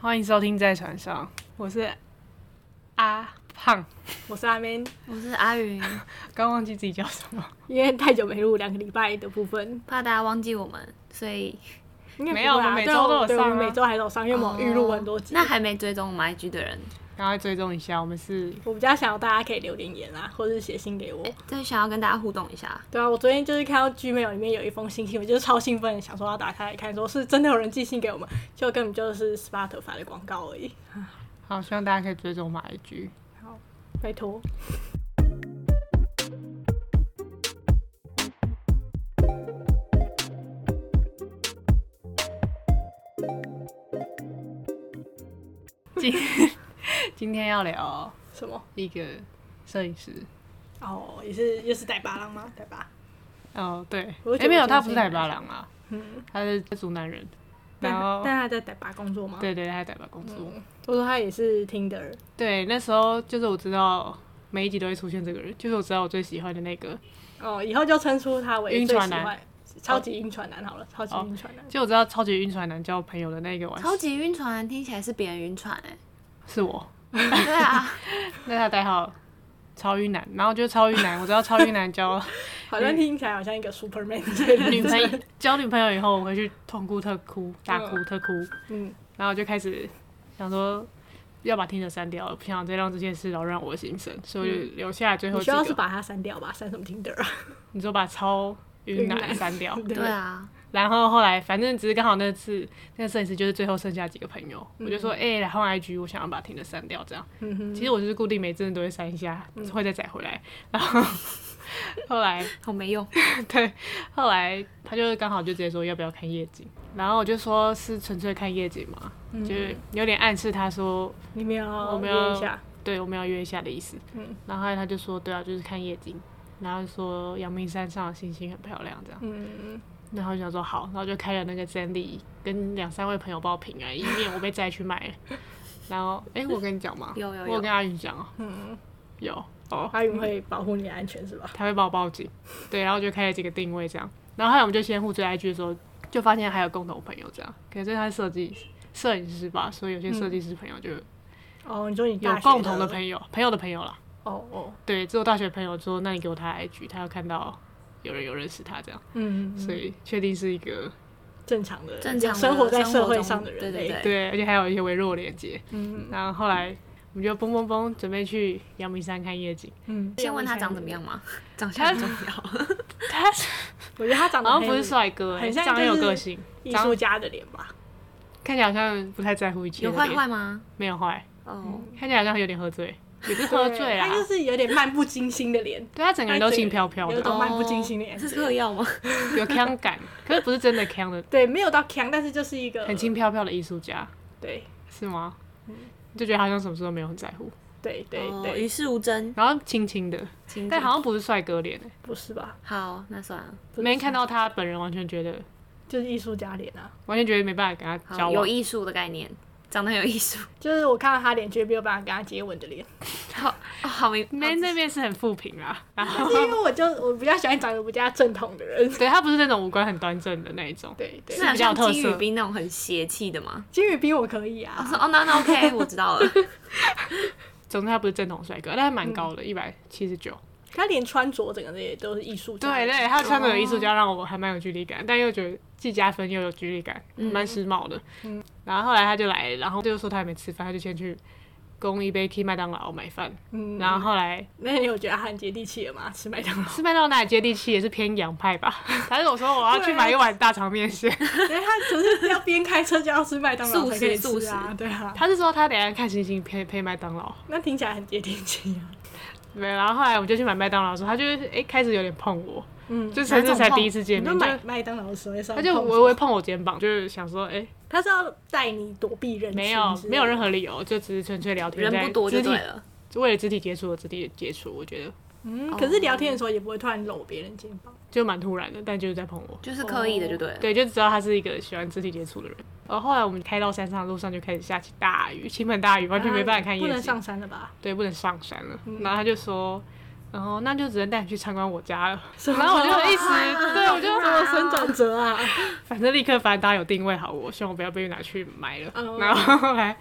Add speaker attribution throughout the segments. Speaker 1: 欢迎收听在船上，我是阿胖，
Speaker 2: 我是阿 Man，
Speaker 3: 我是阿云，
Speaker 1: 刚忘记自己叫什么，
Speaker 2: 因为太久没录两个礼拜的部分，
Speaker 3: 怕大家忘记我们，所以
Speaker 2: 应该不
Speaker 1: 没有
Speaker 2: 会啊
Speaker 1: 我们每
Speaker 2: 对
Speaker 1: 周
Speaker 2: 啊
Speaker 1: 都有
Speaker 2: 对
Speaker 1: 上
Speaker 2: 我们
Speaker 1: 啊哦
Speaker 2: 每周还是有上，因为我们有预录很多集。
Speaker 3: 哦那还没追踪我们 IG 的人，
Speaker 1: 赶快追踪一下。我们是
Speaker 2: 我比较想要大家可以留点言啊，或者是写信给我。
Speaker 3: 对，哎想要跟大家互动一下。
Speaker 2: 对啊，我昨天就是看到 Gmail 里面有一封信息，我就是超兴奋，想说要打开来看，说是真的有人寄信给我们，就根本就是 Spotify 的广告而已。
Speaker 1: 好，希望大家可以追踪我们 IG。
Speaker 2: 拜托，
Speaker 1: 今今天要聊
Speaker 2: 什么？
Speaker 1: 一个摄影师，
Speaker 2: 哦，也是又是逮巴郎吗？逮巴，
Speaker 1: 哦对，
Speaker 2: 我
Speaker 1: 哎
Speaker 2: 觉得
Speaker 1: 没有，
Speaker 2: 我
Speaker 1: 他
Speaker 2: 相
Speaker 1: 不
Speaker 2: 信
Speaker 1: 是台巴郎啊，
Speaker 2: 嗯，
Speaker 1: 他是竹南人，
Speaker 2: 但
Speaker 1: 然后
Speaker 2: 但他在逮巴工作吗？，
Speaker 1: 对对，他在台巴工作。
Speaker 2: 嗯，我说他也是 Tinder，
Speaker 1: 对，那时候就是我知道每一集都会出现这个人，就是我知道我最喜欢的那个，
Speaker 2: 哦，以后就称呼他为
Speaker 1: 晕
Speaker 2: 最
Speaker 1: 船
Speaker 2: 喜
Speaker 1: 男
Speaker 2: 欢超级晕船男好了，超级
Speaker 1: 哦
Speaker 2: 晕船男。
Speaker 1: 就我知道超级晕船男交朋友的那个玩，
Speaker 3: 超级晕船啊听起来是别人晕船哎、
Speaker 1: 是我。
Speaker 3: 对啊，
Speaker 1: 那他代号超晕男，然后就是超晕男，我知道超晕男交
Speaker 2: 好像听起来好像一个 Superman 之类 的
Speaker 1: 女朋友交女朋友以后，我回去痛哭特哭，大哭
Speaker 2: 嗯
Speaker 1: 特哭，
Speaker 2: 嗯，
Speaker 1: 然后就开始想说要把听者删掉了，不想再让这件事扰乱我的心声，所以我就留下来最后
Speaker 2: 你
Speaker 1: 几
Speaker 2: 需
Speaker 1: 个。
Speaker 2: 要是把它删掉吧，删什么 Tinder 啊？
Speaker 1: 你就把超晕
Speaker 2: 晕
Speaker 1: 男
Speaker 2: 男
Speaker 1: 删掉，
Speaker 3: 对啊，
Speaker 1: 然后后来反正只是刚好那次那个摄影师就是最后剩下几个朋友，我就说哎、欸来换 IG，我想要把听者删掉这样。
Speaker 2: 嗯哼，
Speaker 1: 其实我就是固定每阵都会删一下，
Speaker 2: 嗯
Speaker 1: 会再载回来，然后 后来。
Speaker 3: 好没用。
Speaker 2: 啊
Speaker 1: 对，后来他就刚好就直接说要不要看夜景，然后我就说是纯粹看夜景嘛，
Speaker 3: 嗯
Speaker 1: 就是有点暗示他说
Speaker 2: 嗯你们要
Speaker 1: 我们
Speaker 2: 约
Speaker 1: 要
Speaker 2: 一下，
Speaker 1: 对我们要约一下的意思。
Speaker 2: 嗯
Speaker 1: 然后后来他就说对啊，就是看夜景，然后说阳明山上的星星很漂亮这样，
Speaker 2: 嗯，
Speaker 1: 然后我就想说好，然后就开了那个 Zenly，跟两三位朋友帮我平啊安，以免我被载去卖。 然后哎、我跟你讲吗？
Speaker 3: 有有
Speaker 1: 我
Speaker 3: 有
Speaker 1: 跟阿云讲哦，
Speaker 2: 嗯
Speaker 1: 有哦，
Speaker 2: 阿云会保护你的安全是吧？
Speaker 1: 他会帮我报警，对，然后就开了几个定位这样，然后后来我们就先互追 IG 的时候，就发现还有共同朋友这样，可能是他是设计摄影师吧，所以有些设计师朋友就
Speaker 2: 哦，你说你
Speaker 1: 有
Speaker 2: 大学
Speaker 1: 共同的
Speaker 2: 友，
Speaker 1: 朋友，朋友的朋友啦，
Speaker 2: 哦哦，
Speaker 1: 对，只有大学朋友说，那你给我他的 IG，他要看到有人有认识他这样，
Speaker 2: 嗯，
Speaker 1: 所以确定是一个
Speaker 2: 正常的，
Speaker 3: 正常的
Speaker 2: 生活在社会
Speaker 3: 生活中
Speaker 2: 上的人类，
Speaker 3: 对对对
Speaker 1: 对，而且还有一些微弱连接，
Speaker 2: 嗯
Speaker 1: 然后后来我们就嘣嘣嘣准备去阳明山看夜景，
Speaker 2: 嗯，
Speaker 3: 先问他长怎么样吗？长相很重 要。
Speaker 1: 他
Speaker 2: 我觉得他长得
Speaker 1: 好像不
Speaker 2: 很
Speaker 1: 是帅哥、欸，
Speaker 2: 很像
Speaker 1: 长得有
Speaker 2: 就是
Speaker 1: 个性，
Speaker 2: 艺术家的脸吧？
Speaker 1: 看起来好像不太在乎一切，
Speaker 3: 有坏坏吗？
Speaker 1: 没有坏。
Speaker 2: 嗯
Speaker 3: 哦，
Speaker 1: 看起来好像有点喝醉，也不是喝醉啊啦
Speaker 2: 对，他就是有点漫不经心的脸，
Speaker 1: 对他整个人都轻飘飘
Speaker 2: 有
Speaker 1: 的，
Speaker 2: 种漫不经心的感觉
Speaker 3: 哦是嗑药吗？
Speaker 1: 有腔感，可是不是真的腔的，
Speaker 2: 对，没有到强，但是就是一个
Speaker 1: 很轻飘飘的艺术家，
Speaker 2: 对
Speaker 1: 是吗？
Speaker 2: 嗯
Speaker 1: 就觉得好像什么事都没有很在乎，
Speaker 2: 对 对
Speaker 3: 哦
Speaker 2: 对，
Speaker 3: 与世无争。
Speaker 1: 然后轻轻的，
Speaker 3: 请
Speaker 1: 但好像不是帅哥脸、欸，
Speaker 2: 嗯不是吧？
Speaker 3: 好，那算了，
Speaker 2: 不是
Speaker 1: 没看到他本人，完全觉得
Speaker 2: 就是艺术家脸啊，
Speaker 1: 完全觉得没办法跟他交
Speaker 3: 好有
Speaker 1: 往。
Speaker 3: 艺术的概念，长得很有艺术。
Speaker 2: 就是我看到他脸，绝对没有办法跟他接吻的 脸，
Speaker 3: 好，哦好没
Speaker 1: 那那边是很富平啦，然后
Speaker 2: 是因为我就我比较喜欢长得比较正统的人，
Speaker 1: 对他不是那种五官很端正的那一种，
Speaker 2: 对对
Speaker 3: 是。很
Speaker 1: 比较有
Speaker 3: 像
Speaker 1: 特色
Speaker 3: 金宇彬那种很邪气的吗？
Speaker 2: 金宇彬我可以
Speaker 3: 我
Speaker 2: 啊，
Speaker 3: 说哦，那那 OK，我知道了。
Speaker 1: 总之他不是正统帅哥，但他
Speaker 2: 嗯
Speaker 1: 蛮高的，一百七十九。
Speaker 2: 他连穿着整个也都是艺术家，
Speaker 1: 对对，他
Speaker 3: 哦
Speaker 1: 穿的艺术家让我还蛮有距离感，但又觉得既加分又有距离感，
Speaker 3: 嗯
Speaker 1: 蛮时髦的。
Speaker 2: 嗯
Speaker 1: 然后后来他就来，然后就说他还没吃饭，他就先去公一杯 K 麦当劳买饭。
Speaker 2: 嗯，
Speaker 1: 然后后来
Speaker 2: 那你有觉得他很接地气了吗？吃麦当劳，
Speaker 1: 吃麦当劳哪里接地气，也是偏洋派 吧。他跟我说我
Speaker 3: 啊
Speaker 1: 要去买一碗大肠面线，
Speaker 2: 因为他只是要边开车就要吃麦当劳
Speaker 3: 素食
Speaker 2: 才可以
Speaker 3: 素
Speaker 2: 吃啊，
Speaker 3: 食
Speaker 2: 对啊，
Speaker 1: 他是说他等一下看星星配配麦当劳。
Speaker 2: 那听起来很接地气啊，
Speaker 1: 对，然后后来我就去买麦当劳的时候，他就是哎开始有点碰我，
Speaker 2: 嗯，
Speaker 1: 就甚至才
Speaker 3: 哪种碰
Speaker 1: 第一次见
Speaker 2: 你
Speaker 1: 面，
Speaker 2: 们
Speaker 1: 就
Speaker 2: 买麦当劳的时候，
Speaker 1: 他就微微，碰我肩膀，就是想说哎
Speaker 2: 他是要带你躲避人群
Speaker 1: 没有
Speaker 2: 之类的
Speaker 1: 没有任何理由，就只是纯粹聊天，
Speaker 3: 人不多就
Speaker 1: 肢体
Speaker 3: 对了。
Speaker 1: 为了肢体接触而肢体接触，我觉得哦
Speaker 2: 嗯，可是聊天的时候也不会突然搂别人肩膀。
Speaker 1: 就蛮突然的，但就是在碰我。
Speaker 3: 就是刻意的，就对了。
Speaker 1: 哦对，就知道他是一个喜欢肢体接触的人。然后后来我们开到山上的路上就开始下起大雨，倾盆大雨，完全没办法看
Speaker 2: 啊不
Speaker 1: 夜
Speaker 2: 能
Speaker 1: 景，
Speaker 2: 嗯上山了吧？
Speaker 1: 对，不能上山了。然后他就说，然后那就只能带你去参观我家 了。
Speaker 2: 什
Speaker 1: 然后我就
Speaker 2: 么
Speaker 1: 一 直，对我就
Speaker 2: 什么神转折啊？
Speaker 1: 反正立刻，反正大家有定位好我，希望我不要被拿去埋了。
Speaker 2: 哦
Speaker 1: 然后后来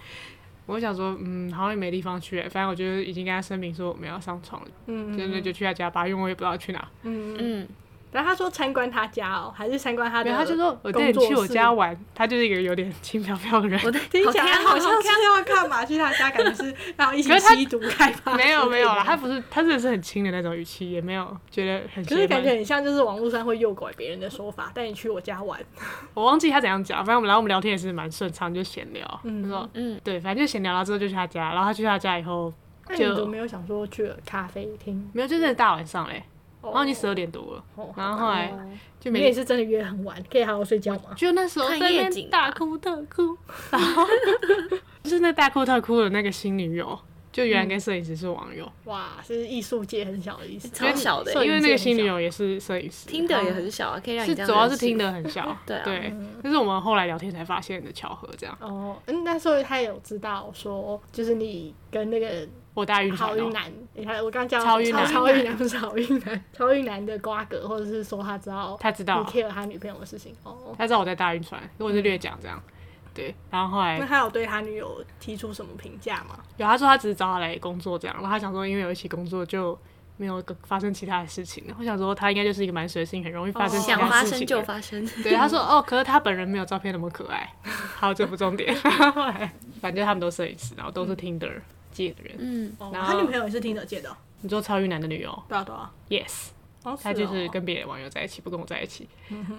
Speaker 1: 我就想说，嗯，好像也没地方去欸、反正我就已经跟他声明说我们要上床了，
Speaker 2: 嗯，
Speaker 1: 真的就去他家吧，因为我也不知道去哪。
Speaker 2: 嗯，
Speaker 3: 嗯，
Speaker 2: 然后他说参观他家哦，还是参观他的？
Speaker 1: 然后他就说我带你去我家玩，他就是一个有点 轻飘飘的人。
Speaker 3: 我的
Speaker 2: 听
Speaker 3: 好
Speaker 2: 起来
Speaker 3: 看，
Speaker 2: 好
Speaker 3: 好
Speaker 2: 像
Speaker 3: 像
Speaker 2: 是要干嘛去他家，感觉是要一起
Speaker 1: 啊可是他
Speaker 2: 吸毒开发。
Speaker 1: 没有没有啦，他不是，他真的是很轻的那种语气，也没有觉得很邪
Speaker 2: 可
Speaker 1: 门。
Speaker 2: 是感觉很像，就是网络上会诱拐别人的说法，带你去我家玩。
Speaker 1: 我忘记他怎样讲，反正我们然后我们聊天也是蛮顺畅，就闲聊。
Speaker 2: 嗯
Speaker 1: 嗯，说
Speaker 3: 嗯，
Speaker 1: 对，反正就闲聊了之后就去他家，然后他去他家以后
Speaker 2: 那你
Speaker 1: 就
Speaker 2: 都没有想说去了咖啡厅？哦
Speaker 1: 没有，就真的大晚上嘞，
Speaker 2: 然
Speaker 1: 然后你十二点多了，然后后来就
Speaker 2: 你
Speaker 1: 没
Speaker 2: 也是真的约很晚，可以好好睡觉吗？
Speaker 1: 就那时候在
Speaker 3: 看
Speaker 1: 那
Speaker 3: 夜
Speaker 1: 边
Speaker 3: 景
Speaker 1: 大
Speaker 3: 吧
Speaker 1: 哭特哭，然后就是那大哭特哭的那个新女友，就原来跟摄影师是网友，
Speaker 2: 哇，是艺术界很小的意思。
Speaker 3: 超小的
Speaker 2: 摄
Speaker 3: 欸，
Speaker 1: 因为
Speaker 2: 影师
Speaker 1: 那个
Speaker 2: 很
Speaker 1: 新女
Speaker 2: 小
Speaker 1: 友也是摄影师，
Speaker 3: 听的也很小啊，可以让你
Speaker 1: 是
Speaker 3: 这样
Speaker 1: 主要是
Speaker 3: 认识
Speaker 1: 听的 很小，
Speaker 3: 对啊
Speaker 1: 对，这是我们后来聊天才发现的巧合，这样
Speaker 2: 哦，嗯，那所以他有知道说，就是你跟那个
Speaker 1: 我大晕船
Speaker 2: 好
Speaker 1: 哦
Speaker 3: 啊
Speaker 2: 运，男，你看我刚叫
Speaker 1: 超运男
Speaker 2: 超运男不是好运男，超运男的瓜葛，或者是说他知道
Speaker 1: 他知
Speaker 2: 你
Speaker 1: 道，
Speaker 2: care 他女朋友的事情哦。
Speaker 1: 他知道我在大晕船，如果是略讲这样，对，然后后来
Speaker 2: 那他有对他女友提出什么评价吗？
Speaker 1: 有他说他只是找他来工作这样，然后他想说因为有一起工作就。没有发生其他的事情，我想说他应该就是一个蛮随性、很容易发生
Speaker 2: 哦
Speaker 1: 其他
Speaker 3: 想发
Speaker 1: 事情
Speaker 3: 生
Speaker 1: 的
Speaker 3: 就
Speaker 1: 人
Speaker 3: 发嗯生，
Speaker 1: 对，他说哦，可是他本人没有照片那么可爱。好，这不重点。后来反正他们都摄影师，然后都是 Tinder 界的人。
Speaker 3: 嗯，
Speaker 2: 哦，
Speaker 1: 然后
Speaker 2: 他女朋友也是听得见的哦，
Speaker 1: 你说超越男的女友
Speaker 2: 对啊对啊，
Speaker 1: ，Yes，
Speaker 2: 哦
Speaker 1: 他就是
Speaker 2: 哦
Speaker 1: 跟别的网友在一起，不跟我在一 起。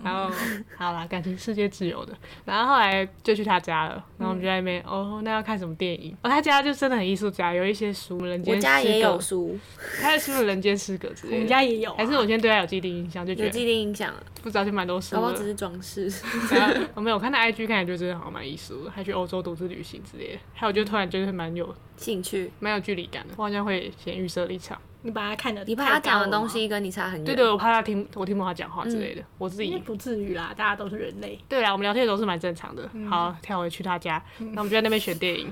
Speaker 1: 然后好啦，感情世界自由的。然后后来就去他家了，然后
Speaker 3: 嗯
Speaker 1: 我们就在那边、哦，那要看什么电影？哦，他家就真的很艺术家，有一些书，《人
Speaker 3: 我
Speaker 1: 间失格
Speaker 3: 家》，也有 书，
Speaker 1: 他的书《人间失格》之
Speaker 2: 我
Speaker 1: 类
Speaker 2: 们
Speaker 1: 的。
Speaker 2: 家也有啊，
Speaker 1: 还是我先对他有既定印象，就
Speaker 3: 有
Speaker 1: 觉得
Speaker 3: 既定影响，
Speaker 1: 不知道就蛮多书
Speaker 3: 搞不好只
Speaker 1: 的。
Speaker 3: 是 装 饰。
Speaker 1: 然后我没有我看他 IG，看起来就真的好像蛮艺术的，还去欧洲独自旅行之类的。还有就突然就是蛮有
Speaker 3: 兴趣，
Speaker 1: 蛮有距离感的，我好像会先预设立场。
Speaker 2: 你把他看的，
Speaker 3: 你怕他讲的东，西跟你差很远，
Speaker 1: 对对，我怕他听我听不懂他讲话之类
Speaker 3: 嗯
Speaker 1: 的，我自
Speaker 2: 应该
Speaker 1: 己。
Speaker 2: 不至于啦，大家都是人类。
Speaker 1: 对啦，我们聊天的时候是蛮正常的。
Speaker 2: 嗯
Speaker 1: 好，跳回去他家，那我们就在那边选电影，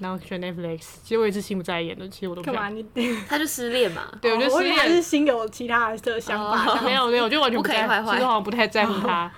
Speaker 1: 然后选 Netflix。其实我也是心不在焉的，其实我都不
Speaker 2: 干嘛
Speaker 1: 想。
Speaker 2: 你？
Speaker 3: 他就失恋嘛。
Speaker 1: 对，我就
Speaker 2: 哦
Speaker 1: 失
Speaker 2: 以为他是
Speaker 1: 恋，
Speaker 2: 心有其他的想法，
Speaker 3: 哦
Speaker 2: 这样
Speaker 1: 没有没有，我就完全
Speaker 3: 不可以
Speaker 1: 在，
Speaker 3: 坏坏
Speaker 1: 其实我好像不太在 乎他。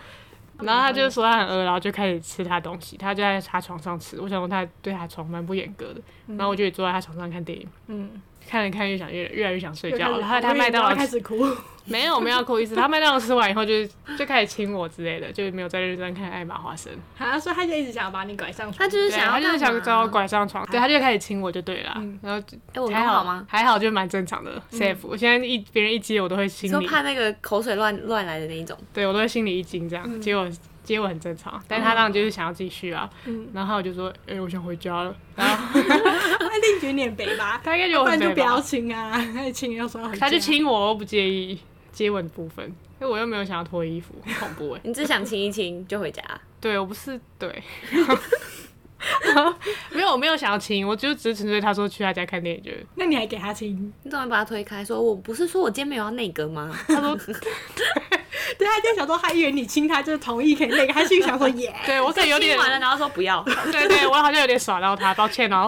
Speaker 1: 然后他就说他很饿，然后就开始吃他东西，他就在他床上吃。我想说他对他床蛮不严格的，然后我就也坐在他床上看电影，
Speaker 2: 嗯，
Speaker 1: 看着看越想越越来越想睡
Speaker 2: 就
Speaker 1: 觉
Speaker 2: 开
Speaker 1: 了。
Speaker 2: 始
Speaker 1: 然后他麦当劳
Speaker 2: 开始哭，
Speaker 1: 没有没有哭意思，他麦当劳吃完以后就就开始亲我之类的，就没有再认真看艾玛花生。
Speaker 2: 啊，所以他就一直想要把你拐上
Speaker 3: 他
Speaker 2: 床，
Speaker 3: 就是
Speaker 1: 对，
Speaker 3: 想要
Speaker 1: 他就是
Speaker 3: 干
Speaker 1: 想
Speaker 3: 嘛啊
Speaker 1: 找我。拐上床，对，他就开始亲我就对了。然后就
Speaker 3: 哎，我们
Speaker 1: 还
Speaker 3: 好吗？
Speaker 1: 还好就蛮正常的，safe。我现在一别人一接我都会心
Speaker 3: 就
Speaker 1: 里，
Speaker 3: 怕那个口水乱乱来的那一种，
Speaker 1: 对我都会心里一惊这
Speaker 3: 嗯
Speaker 1: 样。结果结果很正常，
Speaker 3: 哦
Speaker 1: 但是他当然就是想要继续啊。
Speaker 3: 嗯
Speaker 1: 然后我就说，哎，我想回家了。然后
Speaker 2: 他一定觉得你很北吧，
Speaker 1: 他应该觉得
Speaker 2: 不
Speaker 1: 我很
Speaker 2: 然
Speaker 1: 对
Speaker 2: 就不要
Speaker 1: 吧？
Speaker 2: 亲啊，那亲又说要回家
Speaker 1: 他就，亲我，我不介意接吻的部分，因为我又没有想要脱衣服，很恐怖哎。
Speaker 3: 你只想亲一亲就回家，
Speaker 1: 对我不是 对，没有我没有想要亲，我就只是纯粹他说去他家看电影，就
Speaker 2: 那你还给他亲，
Speaker 3: 你总会把他推开，说我不是说我今天没有要内阁吗？
Speaker 1: 他说
Speaker 2: 对，他就想说他以为你亲他就是同意可以那个，他心里 想说耶，
Speaker 1: 对我可能有点
Speaker 3: 亲，完了，然后说不 要，
Speaker 1: 对对，我好像有点耍到他，抱歉哦。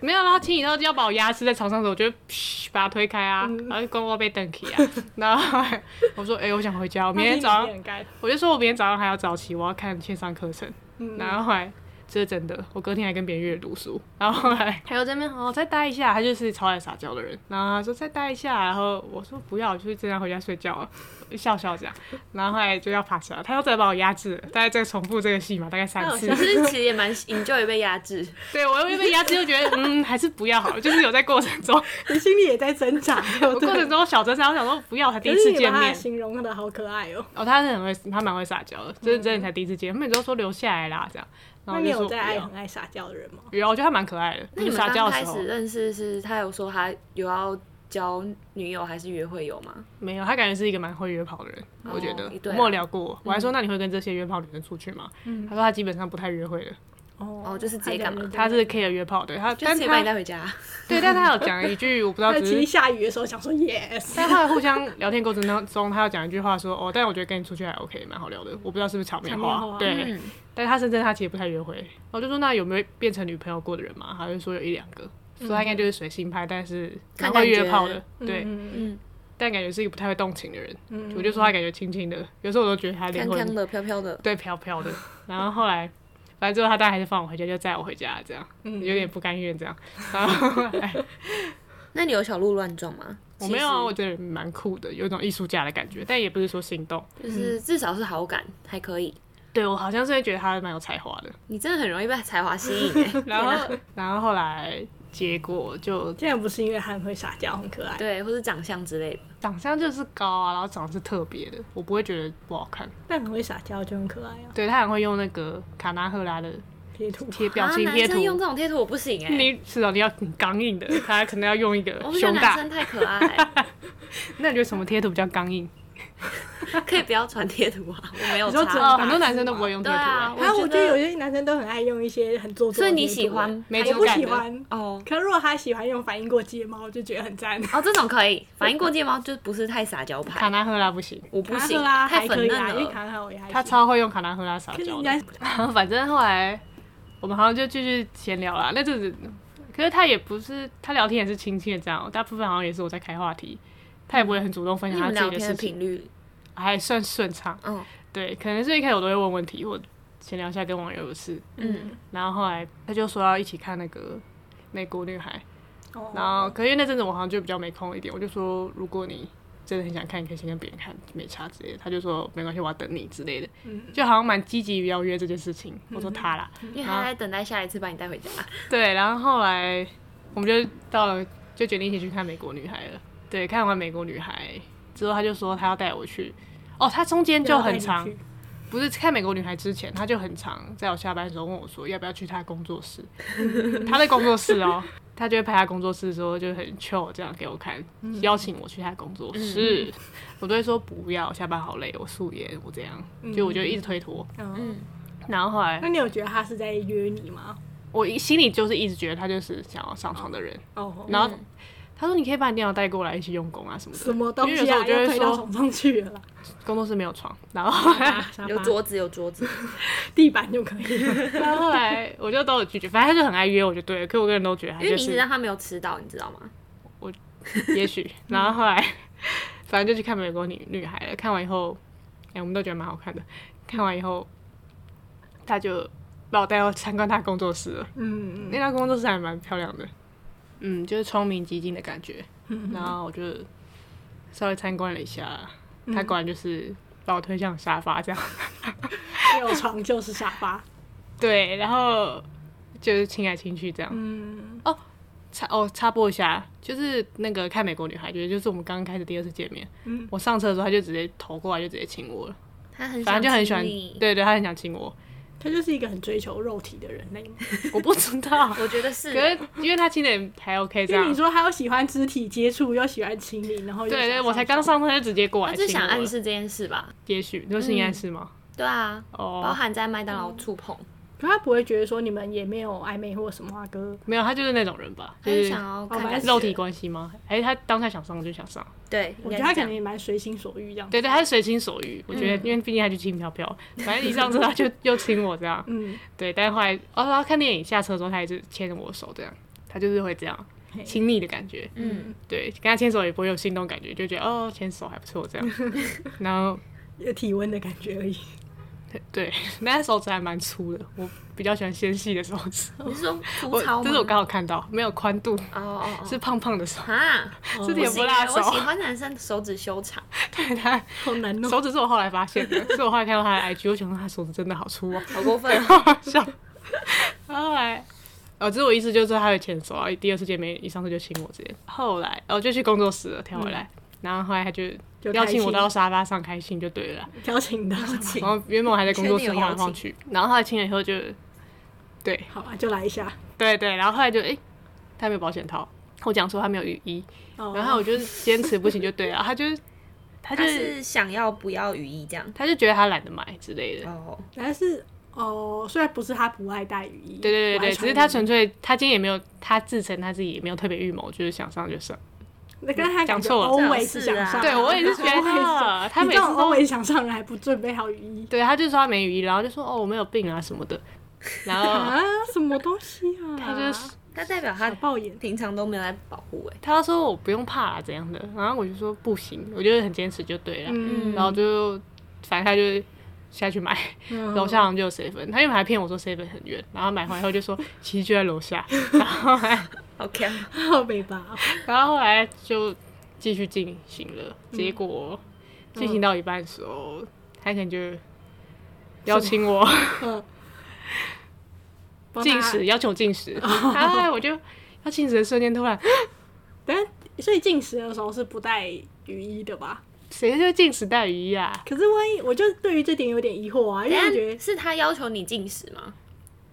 Speaker 1: 没有啦，他亲你到就要把我压制在床上的时候，我就噗把他推开啊，然后就光光被瞪起啊。 然后后来我说，哎、我想回家，我明天早
Speaker 2: 他心里
Speaker 1: 上，
Speaker 2: 很干
Speaker 1: 我就说我明天早上还要早起，我要看线上课程。然后后来这是真的，我隔天还跟别人约读书，然后后来还有这边哦，再待一下，他就是超爱撒娇的人，然后他说再待一下，然后我说不要，就是真的要回家睡觉了，笑笑这样，然后后来就要爬起来，他又再把我压制了，大概再重复这个戏嘛，大概三次
Speaker 3: 可，是其实也蛮 enjoy 被压制，
Speaker 1: 对我又被压制，又觉得 嗯还是不要好了，就是有在过程中，
Speaker 2: 你心里也在挣 扎，对
Speaker 1: 我
Speaker 2: 不对
Speaker 1: 过程中小挣扎，我想说不要，才第一
Speaker 2: 可是
Speaker 1: 次
Speaker 2: 你把
Speaker 1: 见
Speaker 2: 他
Speaker 1: 面，
Speaker 2: 形容的好可爱哦，
Speaker 1: 哦，他是很会，他蛮会撒娇的，
Speaker 3: 嗯
Speaker 1: 真的真的才第一次见，他们都说留下来啦这样，然
Speaker 2: 那
Speaker 1: 后我
Speaker 2: 你
Speaker 1: 就说
Speaker 2: 有
Speaker 1: 不
Speaker 2: 在爱
Speaker 1: 要
Speaker 2: 很。爱撒娇的人吗？
Speaker 1: 有啊，我觉得他蛮可爱的。
Speaker 3: 那你
Speaker 1: 就
Speaker 3: 们
Speaker 1: 撒娇的
Speaker 3: 刚
Speaker 1: 时
Speaker 3: 开
Speaker 1: 候
Speaker 3: 始认识是他有说他有要交女友还是约会有吗？
Speaker 1: 没有，他感觉是一个蛮会约炮的人，
Speaker 3: 哦
Speaker 1: 我觉得。
Speaker 3: 对啊嗯
Speaker 1: 我没有聊过我，我还说那你会跟这些约炮女生出去吗？他说他基本上不太约会的，
Speaker 2: 哦
Speaker 3: 就是直接干嘛
Speaker 1: 他是 care 约炮的，他
Speaker 3: 啊就
Speaker 1: 但
Speaker 3: 是把
Speaker 1: 他
Speaker 3: 你带回家，
Speaker 1: 对，但他有讲一句我不知 道，
Speaker 2: 他
Speaker 1: 只
Speaker 2: 其实
Speaker 1: 是
Speaker 2: 下雨的时候想说 yes，
Speaker 1: 但他的互相聊天过程当中，他有讲一句话说哦，但我觉得跟你出去还 OK，蛮好聊的，我不知道是不是场面
Speaker 2: 场面
Speaker 1: 话
Speaker 2: 话，
Speaker 1: 对。
Speaker 3: 嗯，
Speaker 1: 但他声称他其实不太约会，然后我就说那有没有变成女朋友过的人嘛？他就说有一两个，所以他应该就是水性派，但是
Speaker 3: 嗯看
Speaker 1: 蛮会
Speaker 3: 感
Speaker 1: 约
Speaker 3: 觉
Speaker 1: 炮的， 对，
Speaker 2: 嗯
Speaker 3: 嗯，
Speaker 1: 但感觉是一个不太会动情的人。
Speaker 2: 嗯
Speaker 1: 我就说他感觉轻轻的，有时候我都觉得他灵
Speaker 3: 康
Speaker 1: 魂
Speaker 3: 康的、飘飘的，
Speaker 1: 对飘飘的。然后后来，反正最后他当然还是放我回家，就载我回家这样，
Speaker 2: 嗯
Speaker 1: 有点不甘愿这样。然后后来
Speaker 3: 那你有小鹿乱撞吗？
Speaker 1: 我没有啊，
Speaker 3: 其实
Speaker 1: 我觉得蛮酷的，有一种艺术家的感觉，但也不是说心动。
Speaker 3: 就是至少是好感，还可以。
Speaker 1: 对我好像是会觉得他蛮有才华的。
Speaker 3: 你真的很容易被才华吸引欸
Speaker 1: 然后，然后后来结果就
Speaker 2: 竟然不是因为他很会撒娇，很可爱。
Speaker 3: 对，或是长相之类的。
Speaker 1: 长相就是高啊，然后长得是特别的，我不会觉得不好看。
Speaker 2: 但很会撒娇就很可爱啊，
Speaker 1: 对他很会用那个卡纳赫拉的
Speaker 2: 贴图。
Speaker 1: 贴表情
Speaker 3: 啊，
Speaker 1: 贴
Speaker 3: 男
Speaker 1: 图
Speaker 3: 生，用这种贴图我不行哎、
Speaker 1: 你是哦，你要很刚硬的，他可能要用一个
Speaker 3: 我不觉
Speaker 1: 胸
Speaker 3: 得男
Speaker 1: 大。
Speaker 3: 生太可爱，欸
Speaker 1: 那你觉得什么贴图比较刚硬？
Speaker 3: 可以不要传贴图啊，我没有
Speaker 2: 你说只
Speaker 3: 差。
Speaker 1: 哦，很多男生都不会用贴
Speaker 3: 对
Speaker 1: 图、
Speaker 3: 啊，
Speaker 1: 欸。
Speaker 2: 然后我
Speaker 3: 我
Speaker 2: 觉得有些男生都很爱用一些很做作
Speaker 3: 所
Speaker 2: 的
Speaker 3: 以
Speaker 2: 贴
Speaker 3: 你
Speaker 2: 图
Speaker 3: 喜欢
Speaker 2: 欸
Speaker 1: 没
Speaker 3: 还有
Speaker 1: 质
Speaker 2: 我不
Speaker 1: 感
Speaker 2: 喜
Speaker 1: 的
Speaker 2: 欢，
Speaker 3: 哦
Speaker 2: 可如果他喜欢用反应过睫毛，我就觉得很赞。
Speaker 3: 哦，这种可以，反应过界吗？就不是太撒娇
Speaker 1: 卡
Speaker 3: 牌，
Speaker 1: 纳赫拉不行，
Speaker 3: 我不
Speaker 2: 卡
Speaker 3: 行
Speaker 2: 赫，拉
Speaker 3: 太
Speaker 2: 啊还可
Speaker 3: 粉
Speaker 2: 以
Speaker 3: 嫩
Speaker 2: 啦，因为
Speaker 3: 了。
Speaker 2: 卡赫拉我也还
Speaker 1: 他
Speaker 2: 行
Speaker 1: 超会用卡纳赫拉撒
Speaker 2: 可是
Speaker 1: 娇
Speaker 2: 人
Speaker 1: 的。
Speaker 2: 家
Speaker 1: 然后反正后来我们好像就继续闲聊啦。那阵子，可是他也不是他聊天也是亲切这样，大部分好像也是我在开话题，他也不会很主动分
Speaker 3: 嗯你
Speaker 1: 享他自
Speaker 3: 们
Speaker 1: 己
Speaker 3: 聊
Speaker 1: 的
Speaker 3: 天
Speaker 1: 事
Speaker 3: 的
Speaker 1: 情，
Speaker 3: 频率，
Speaker 1: 还算顺畅。
Speaker 3: 嗯
Speaker 1: 对，可能是一开始我都会问问题，或闲聊一下跟网友的事。
Speaker 3: 嗯，
Speaker 1: 然后后来他就说要一起看那个《美国女孩》，
Speaker 2: 哦
Speaker 1: 然后可是因为那阵子我好像就比较没空一点，我就说如果你真的很想看，你可以先跟别人看，没差之类的。他就说没关系，我要等你之类的，
Speaker 3: 嗯
Speaker 1: 就好像蛮积极邀约这件事情。我说他啦，
Speaker 3: 因为他在等待下一次把你带回家。
Speaker 1: 对，然后后来我们就到了，就决定一起去看《美国女孩》了。对，看完《美国女孩》之后，他就说他要带我去。哦，他中间就很长，不是看《美国女孩》之前，他就很常在我下班的时候问我说要不要去他工作室，他在工作室哦，他就会拍他工作室的时候就很 chill 这样给我看，邀请我去他工作室，我都会说不要，下班好累，我素颜，我这样，就我就一直推脱，
Speaker 2: 嗯，
Speaker 1: 然后后来
Speaker 2: 那你有觉得他是在约你吗？
Speaker 1: 我一心里就是一直觉得他就是想要上床的人，
Speaker 2: 哦，
Speaker 1: 然后他说你可以把你电脑带过来一起用功啊什么的，
Speaker 2: 什么东
Speaker 1: 因为有
Speaker 2: 西
Speaker 1: 时候
Speaker 2: 啊，
Speaker 1: 我就会
Speaker 2: 又推到
Speaker 1: 说
Speaker 2: 床上去 了啦，
Speaker 1: 工作室没有床， 然后
Speaker 2: 沙
Speaker 3: 有
Speaker 2: 发
Speaker 3: 桌子，有桌子，
Speaker 2: 地板就可以了。
Speaker 1: 然后后来我就都有拒绝，反正他就很爱约我就对了，可我个人都觉得他
Speaker 3: 因为
Speaker 1: 就
Speaker 3: 你一直
Speaker 1: 是
Speaker 3: 让他没有吃到，你知道吗？
Speaker 1: 也 许，然后后来反正就去看美国女女孩了，看完以后，哎、我们都觉得蛮好看的，看完以后他就把我带到参观他工作室了，
Speaker 2: 嗯
Speaker 1: 那家工作室还蛮漂亮的，嗯，就是聪明激进的感觉， 然后我就稍微参观了一下，他果然就是把我推向沙发这样。
Speaker 2: 没嗯有床就是沙发。
Speaker 1: 对，然后就是亲来亲去这样。
Speaker 2: 嗯，
Speaker 1: 插哦，插播一下，就是那个看美国女孩，觉得就是我们刚刚开始第二次见面，
Speaker 2: 嗯
Speaker 1: 我上车的时候，他就直接投过来，就直接亲我了，
Speaker 3: 他很想
Speaker 1: 反正就很喜欢，
Speaker 3: 吃你。
Speaker 1: 对对，他很想亲 我，
Speaker 2: 他就是一个很追求肉体的人类嘛。
Speaker 1: 我不知道，
Speaker 3: 我觉得是
Speaker 1: 可，是因为他亲的还 OK 这
Speaker 2: 因为你
Speaker 1: 样，
Speaker 2: 说他又喜欢肢体接触，又喜欢亲密，然后又
Speaker 1: 对对，
Speaker 2: 想
Speaker 1: 我才刚上车就直接过
Speaker 3: 他
Speaker 1: 来
Speaker 3: 就
Speaker 1: 亲
Speaker 3: 是想
Speaker 1: 我
Speaker 3: 暗
Speaker 1: 了，
Speaker 3: 示这件事吧？
Speaker 1: 也许就是你暗示吗？
Speaker 3: 对啊，包
Speaker 1: 哦，
Speaker 3: 含在麦当劳触碰，
Speaker 2: 可他不会觉得说你们也没有暧昧或什么啊，哥。
Speaker 1: 没有，他就是那种人吧，
Speaker 3: 他
Speaker 1: 就
Speaker 3: 就是想要
Speaker 2: 哦
Speaker 3: 看
Speaker 2: 反
Speaker 3: 感
Speaker 2: 正
Speaker 3: 觉
Speaker 1: 肉体关系吗？还是他当下想上就想上？
Speaker 3: 对，
Speaker 2: 我
Speaker 3: 应
Speaker 2: 觉
Speaker 3: 该
Speaker 2: 得他
Speaker 3: 是这
Speaker 2: 可
Speaker 3: 样
Speaker 2: 能也蛮随心所欲这样。
Speaker 1: 对对，他是随心所欲，我
Speaker 3: 嗯
Speaker 1: 觉得，因为毕竟他就轻飘飘，反正一上车他 就又亲我这样，
Speaker 2: 嗯，
Speaker 1: 对，但后来哦，然后看电影下车的时候，他也是牵着我手这样，他就是会这样
Speaker 2: 嘿
Speaker 1: 亲密的感觉，
Speaker 3: 嗯，
Speaker 1: 对，跟他牵手也不会有心动感觉，就觉得哦，牵手还不错这样。 然后
Speaker 2: 有体温的感觉而已。
Speaker 1: 对，那手指还蛮粗的，我比较喜欢纤细的手指，
Speaker 3: 你是说粗
Speaker 1: 我
Speaker 3: 糙吗？
Speaker 1: 这是我刚好看到，没有宽度，
Speaker 3: 哦哦哦，
Speaker 1: 是胖胖的手，
Speaker 3: 啊，
Speaker 1: 是
Speaker 3: 不
Speaker 1: 甜不
Speaker 3: 行
Speaker 1: 辣
Speaker 3: 欸，
Speaker 1: 手
Speaker 3: 我，喜欢男生手指 修长，
Speaker 1: 对 他
Speaker 2: 好难哦。
Speaker 1: 手指是我后来发现的，是我后来看到他的 IG，我想说他手指真的好粗哦，
Speaker 3: 好过分哦。
Speaker 1: 好好笑。然后后来，哦，这是我意思，就是他有牵手啊，第二次见面，一上车就亲我之类的。后来，嗯哦，就去工作室了，跳回来，然后后来他就
Speaker 2: 就
Speaker 1: 邀
Speaker 2: 开
Speaker 1: 请我
Speaker 2: 心
Speaker 1: 到沙发上开心就对了啦。
Speaker 2: 邀请的，
Speaker 1: 然后原本我还在工作室
Speaker 3: 确定有
Speaker 1: 晃来晃
Speaker 3: 邀
Speaker 1: 去，然后后来亲了以后就，对
Speaker 2: 好啊，就来一下。
Speaker 1: 对对，然后后来就哎、他没有保险套，我讲说他没有雨衣，
Speaker 2: 哦
Speaker 1: 然后我就坚持不行就对了，他就他就
Speaker 3: 他是想要不要雨衣这样？
Speaker 1: 他就觉得他懒得买之类的。
Speaker 3: 哦，
Speaker 2: 但是哦，虽然不是他不爱带雨衣，
Speaker 1: 对对对
Speaker 2: 不爱
Speaker 1: 对，只是
Speaker 2: 穿
Speaker 1: 他
Speaker 2: 雨衣
Speaker 1: 纯粹，他今天也没有，他自称他自己也没有特别预谋，就是想上就上。
Speaker 2: 那跟他
Speaker 1: 讲错了
Speaker 2: 我也是想上，
Speaker 3: 这
Speaker 1: 对，
Speaker 3: 种事啊
Speaker 1: 我也是觉得他每次
Speaker 2: 我
Speaker 1: 都
Speaker 2: 也想上人还不准备好雨衣
Speaker 1: 对，他就说他 没雨衣，然后就说哦我没有病啊什么的，然
Speaker 2: 啊
Speaker 1: 后，
Speaker 2: 什么东西啊？
Speaker 1: 他就是
Speaker 3: 他代表
Speaker 2: 小
Speaker 3: 他
Speaker 2: 爆眼，
Speaker 3: 平常都没有在保护哎、
Speaker 1: 他说我不用怕啊怎样的，然后我就说不行，我觉得很坚持就对了，
Speaker 2: 嗯，
Speaker 1: 然后就反正他就下去买， 楼下好像就有 seven，他原本还骗我说 seven 很远，然后买回来后就 说其实就在楼下，然后后来
Speaker 3: 好强，
Speaker 2: 好北吧，
Speaker 1: 然后后来就继续进行了，结果进行到一半的时候，他可能就邀请我。
Speaker 2: 嗯，帮他
Speaker 1: 进食，，要求进食，然后我就要进食的瞬间，突然
Speaker 2: 但所以进食的时候是不带雨衣的吧？
Speaker 1: 谁就进食带鱼呀、
Speaker 2: 可是万一我就对于这点有点疑惑啊，因为我
Speaker 3: 哎但
Speaker 2: 觉得
Speaker 3: 是他要求你进食吗？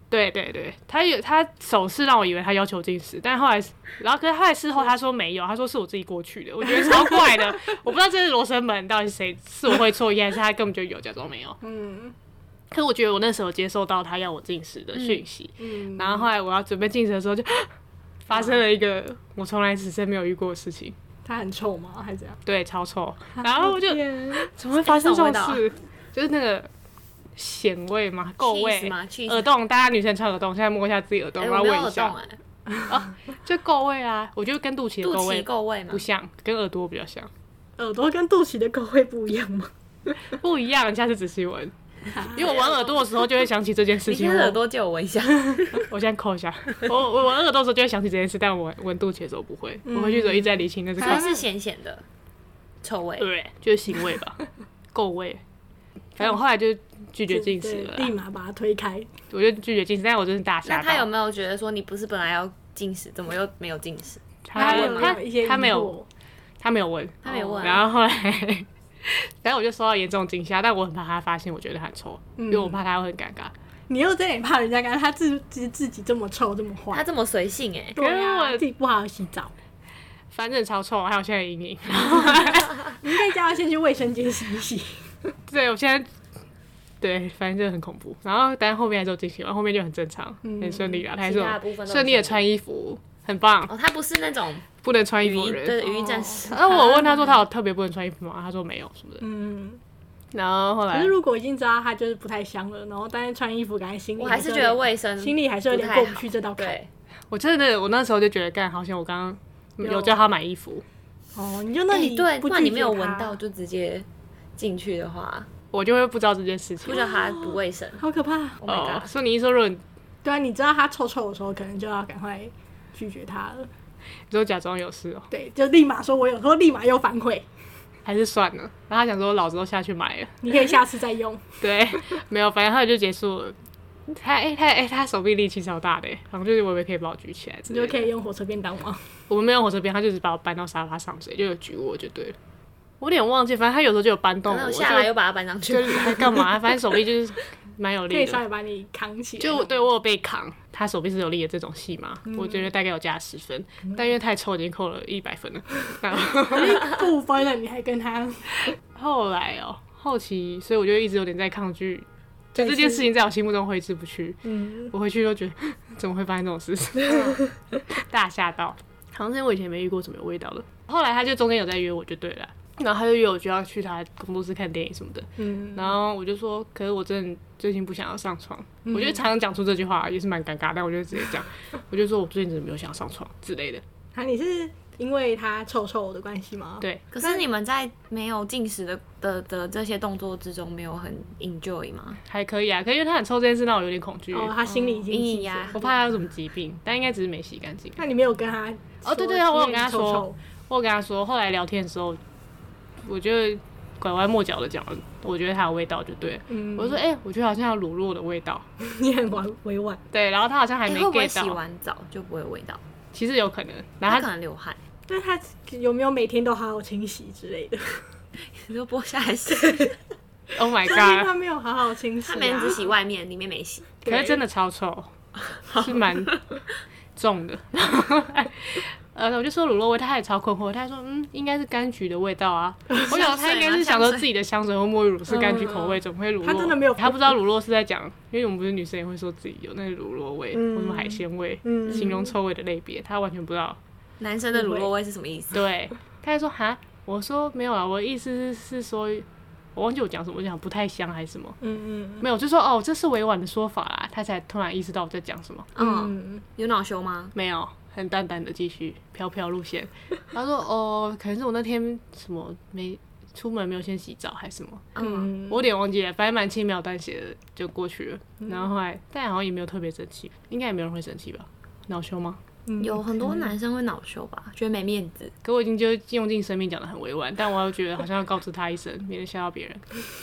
Speaker 1: 对对对，他有他手势让我以为他要求进食，但后来，然后可是后来事后他说没有，他说是我自己过去的，我觉得超怪的，我不知道这是罗生门到底是谁是我会错意，还是他根本就有假装没有。
Speaker 2: 嗯
Speaker 1: 可是我觉得我那时候接受到他要我进食的讯息，
Speaker 2: 嗯，
Speaker 1: 然后后来我要准备进食的时候就发生了一个我从来此生没有遇过的事情，
Speaker 2: 他很臭吗？还是怎样？
Speaker 1: 对，超臭，然哦后我就。
Speaker 2: 天
Speaker 1: 怎么会发生这
Speaker 3: 什
Speaker 1: 种
Speaker 3: 么
Speaker 1: 事？就是那个咸味嘛，够
Speaker 3: Cheese
Speaker 1: 味。
Speaker 3: 吗？去
Speaker 1: 耳洞，大家女生穿耳洞，现在摸一下自己耳洞，
Speaker 3: 哎，
Speaker 1: 然
Speaker 3: 我
Speaker 1: 后
Speaker 3: 没
Speaker 1: 闻
Speaker 3: 有
Speaker 1: 一
Speaker 3: 耳洞
Speaker 1: 下，
Speaker 3: 哎、
Speaker 1: 就够味啊！我觉得跟肚脐的
Speaker 3: 肚
Speaker 1: 够味
Speaker 3: 脐够味吗
Speaker 1: 不？像，跟耳朵比较像，
Speaker 2: 耳朵跟肚脐的狗会不一样吗？
Speaker 1: 不一样。你下次仔细 闻，因为我闻耳朵的时候就会想起这件事
Speaker 3: 你
Speaker 1: 情。
Speaker 3: 现
Speaker 1: 我
Speaker 3: 在耳朵借我闻 一下，
Speaker 1: 我先扣一 下，我我闻耳朵的时候就会想起这件事，但我闻肚脐的时候不会。我回去之后一直在理清那是
Speaker 3: 它
Speaker 1: 个，
Speaker 3: 嗯是咸咸的，臭味。
Speaker 1: 对，就是腥味 吧，够味。反
Speaker 3: 嗯
Speaker 1: 正我后来 就拒绝进食
Speaker 2: 对
Speaker 1: 了啦
Speaker 2: 立，马把它推开。
Speaker 1: 我就拒绝进食，但我真是大
Speaker 3: 那
Speaker 1: 吓到。
Speaker 3: 他有没有觉得说你不是本来要进食，怎 么又没有进食？
Speaker 1: 他
Speaker 2: 有
Speaker 1: 他
Speaker 2: 一些疑
Speaker 1: 他没有
Speaker 2: 惑，
Speaker 1: 他没有问，哦
Speaker 3: 他没有问
Speaker 1: 然后后来， 反正我就受到严重惊吓，但我很怕他发现我觉得他很臭，因为我怕他会很尴尬。
Speaker 2: 嗯你又在点怕人家干，他自自自己这么臭这么
Speaker 3: 他
Speaker 2: 坏，
Speaker 3: 这么随性哎、
Speaker 2: 对
Speaker 1: 可是
Speaker 2: 啊，
Speaker 1: 我
Speaker 2: 自己不好好洗澡，
Speaker 1: 反正超臭，还有现在的阴影。
Speaker 2: 你应该叫他先去卫生间洗一洗。
Speaker 1: 对我现在，对，反正就很恐怖。然后但后面还是有进行完，后面就很正常，很顺利了。他还是有
Speaker 3: 其他的部分都很
Speaker 1: 顺利的穿衣服，很棒，
Speaker 3: 哦，他不是那种
Speaker 1: 不能穿衣
Speaker 3: 语
Speaker 1: 服
Speaker 3: 音
Speaker 1: 的人。哦
Speaker 3: 对语音战士，
Speaker 1: 然后我问他说他有特别不能穿衣服吗？他说没有什么的。
Speaker 2: 嗯，
Speaker 1: 然后后
Speaker 2: 可
Speaker 1: 来
Speaker 2: 是如果已经知道他就是不太香了，然后但是穿衣服感觉心里
Speaker 3: 我还是觉得卫生
Speaker 2: 心里还是有点过不去这道坎。
Speaker 3: 对，
Speaker 1: 我真的，我那时候就觉得，干，好像我刚刚有叫他买衣服，
Speaker 2: 哦，你就那
Speaker 3: 哎
Speaker 2: 里
Speaker 3: 对，
Speaker 2: 不
Speaker 3: 不
Speaker 2: 拒
Speaker 3: 然你
Speaker 2: 绝
Speaker 3: 没有
Speaker 2: 他
Speaker 3: 闻到，就直接进去的话，
Speaker 1: 我就会不知道这件事情
Speaker 3: 不。觉得他不卫生
Speaker 2: 好可怕。
Speaker 3: ？Oh
Speaker 1: 哦
Speaker 3: my，god！
Speaker 1: 所以你一说，如果你
Speaker 2: 对啊，你知道他臭臭的时候，可能就要赶快拒绝他了。
Speaker 1: 就假装有事哦、
Speaker 2: 对，就立马说我有，时候立马又反悔，
Speaker 1: 还是算了。然后他想说，老子都下去买 了，
Speaker 2: 你可以下次再用。
Speaker 1: 对，没有，反正后来就结束了。他哎、他哎、他手臂力气超大的、欸，好像就是微微可以把我举起来之
Speaker 2: 你
Speaker 1: 类
Speaker 2: 就
Speaker 1: 的。
Speaker 2: 可以用火车便当吗？
Speaker 1: 我们没有火车边，他就是把我搬到沙发上，所以就有举我就对了。我有点忘记，反正他有时候就有搬动
Speaker 3: 可
Speaker 1: 我，哦
Speaker 3: 能
Speaker 1: 我
Speaker 3: 我
Speaker 1: 就
Speaker 3: 下来又把它搬上去
Speaker 1: 就，是还干嘛？反正手臂就是蛮有
Speaker 2: 可以
Speaker 1: 力
Speaker 2: 稍
Speaker 1: 的。
Speaker 2: 微把你扛起来。
Speaker 1: 就对我有被扛，他手臂是有力的这种戏嘛，
Speaker 3: 嗯
Speaker 1: 我觉得大概有加十分，但因为太臭，已经扣了一百分 了。然后
Speaker 2: 不分了，你还跟他
Speaker 1: 后来哦，后期，所以我就一直有点在抗拒，就 这件事。情在我心目中挥之不去。
Speaker 2: 嗯，
Speaker 1: 我回去就觉得 怎么会发生这种事 情，大吓到。好像是我以前没遇过什么有味道的。后来他就中间有在约我就对了，然后他就约我就要去他工作室看电影什么的，
Speaker 2: 嗯，
Speaker 1: 然后我就说，可是我真的最近不想要上床。我觉得常常讲出这句话也是蛮尴尬，但我就直接 讲，我就说我最近真的没有想上床之类的。
Speaker 2: 啊，你是因为他臭臭的关系吗？
Speaker 1: 对，
Speaker 3: 可是你们在没有进食的的的这些动作之中，没有很 enjoy 吗？
Speaker 1: 还可以啊，可是因为他很臭这件事让我有点恐惧，
Speaker 2: 哦，他心里已
Speaker 1: 嗯
Speaker 2: 经
Speaker 3: 阴
Speaker 2: 记
Speaker 3: 影
Speaker 2: 着
Speaker 3: 呀
Speaker 1: 我怕他有什么疾病，但应该只是没洗干净。
Speaker 2: 那你没有跟他
Speaker 1: 哦对对
Speaker 2: 说
Speaker 1: 我有
Speaker 2: 因为
Speaker 1: 跟他
Speaker 2: 你臭
Speaker 1: 说
Speaker 2: 臭
Speaker 1: 我跟他说，后来聊天的时候，我就拐弯抹角的讲了，我觉得它有味道就对了。
Speaker 2: 嗯，
Speaker 1: 我就说，哎、我觉得好像有乳酪的味道。
Speaker 2: 你很委委婉，
Speaker 1: 对，然后他好像还
Speaker 3: 你
Speaker 2: 哎
Speaker 1: 没
Speaker 3: 会不会
Speaker 1: get
Speaker 3: 洗
Speaker 1: 到，
Speaker 3: 完澡就不会有味道？
Speaker 1: 其实有可能。然
Speaker 3: 他
Speaker 1: 后
Speaker 3: 可
Speaker 1: 他
Speaker 3: 能 流汗，
Speaker 2: 但他有没有每天都好好清洗之类的？
Speaker 3: 你就剥下 来洗。
Speaker 1: ，Oh my
Speaker 2: 但是 他
Speaker 1: god，
Speaker 2: 没有好好清洗啊，
Speaker 3: 他每天只洗外面，里面没洗。
Speaker 1: 可是
Speaker 2: 对
Speaker 1: 真的超臭，是蛮重的。 呃，我就说乳酪味，他也超困惑，他说，嗯，应该是柑橘的味道 啊。我想他应该是想说自己的香水或沐浴乳是柑橘口味，怎么会乳酪？
Speaker 2: 他真的没有
Speaker 1: 他不知道乳酪是在讲，因为我们不是女生也会说自己有那个乳酪味，
Speaker 2: 嗯
Speaker 1: 或什么海鲜味。
Speaker 2: 嗯
Speaker 1: 形容臭味的类别，他完全不知 道。
Speaker 3: 男生的乳酪味是什么意思？
Speaker 1: 对，他还说哈，我说没有啊，我的意思是是说我忘记我讲什么，我讲不太香还是什么，
Speaker 2: 嗯嗯
Speaker 1: 没有，就说哦，这是委婉的说法啦，他才突然意识到我在讲什么，
Speaker 3: 嗯，
Speaker 2: 嗯
Speaker 3: 有恼羞吗？
Speaker 1: 没有，很淡淡的继续飘飘路 线。他说哦，可能是我那天什么没出门没有先洗澡还是什么，
Speaker 2: 嗯，
Speaker 3: 嗯，
Speaker 1: 我有点忘记了，反正蛮轻描淡写的就过去了。然后后来，但好像也没有特别生气，应该也没有人会生气吧？恼羞吗？
Speaker 2: 嗯
Speaker 3: 有很多男生会恼羞吧，觉得没面子。
Speaker 1: 可我已经就用尽生命讲的很委婉，但我又觉得好像要告知他一声，免得吓到别人。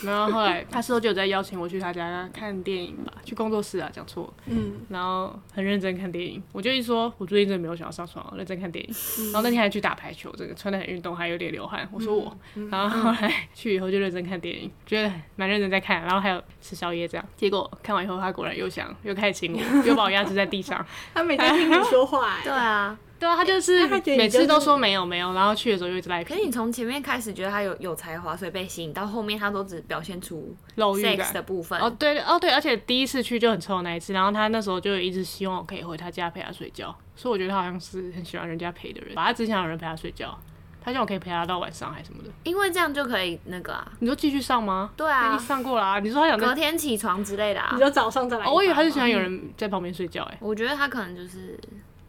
Speaker 1: 然后后 来他事后就有在邀请我去他家看电影吧，去工作室啊，讲错了。
Speaker 2: 嗯
Speaker 1: 然后很认真看电影，我就一说，我最近真的没有想要上床，我认真看电影。
Speaker 2: 嗯
Speaker 1: 然后那天还去打排球，这个穿的很运动，还有点流汗。我说我，
Speaker 2: 嗯
Speaker 1: 然后后来去以后就认真看电影，觉得蛮认真在看，然后还有吃宵夜这样。结果看完以后，他果然又想，又开始亲 我，又把我压制在地上。
Speaker 2: 他每天听你说话、
Speaker 3: 对
Speaker 2: 欸，
Speaker 3: 啊，
Speaker 1: 对啊，他就是
Speaker 2: 他觉得你
Speaker 1: 每次
Speaker 2: 就
Speaker 1: 都
Speaker 2: 是
Speaker 1: 说没有没有，然后去的时候又一直赖
Speaker 3: 可是
Speaker 1: 皮，
Speaker 3: 你从前面开始觉得他有有才华，所以被吸引，到后面他都只表现出
Speaker 1: 漏欲
Speaker 3: sex
Speaker 1: 感
Speaker 3: 的。部分。
Speaker 1: 哦，对哦对，而且第一次去就很臭的那一次，然后他那时候就一直希望我可以回他家陪他睡觉，所以我觉得他好像是很喜欢人家陪的人，吧，他只想有人陪他睡觉，他希望我可以陪他到晚上还是什么的。
Speaker 3: 因为这样就可以那个啊，
Speaker 1: 你说继续上吗？
Speaker 3: 对
Speaker 1: 他已
Speaker 3: 啊
Speaker 1: 经，上过了啊。你说他想
Speaker 3: 隔
Speaker 1: 在，
Speaker 3: 天嗯起床之类的啊
Speaker 2: 你。就早上再来一把。
Speaker 1: 哦，我以为他是喜欢有人在旁边睡觉、欸，哎，
Speaker 3: 我觉得他可能就是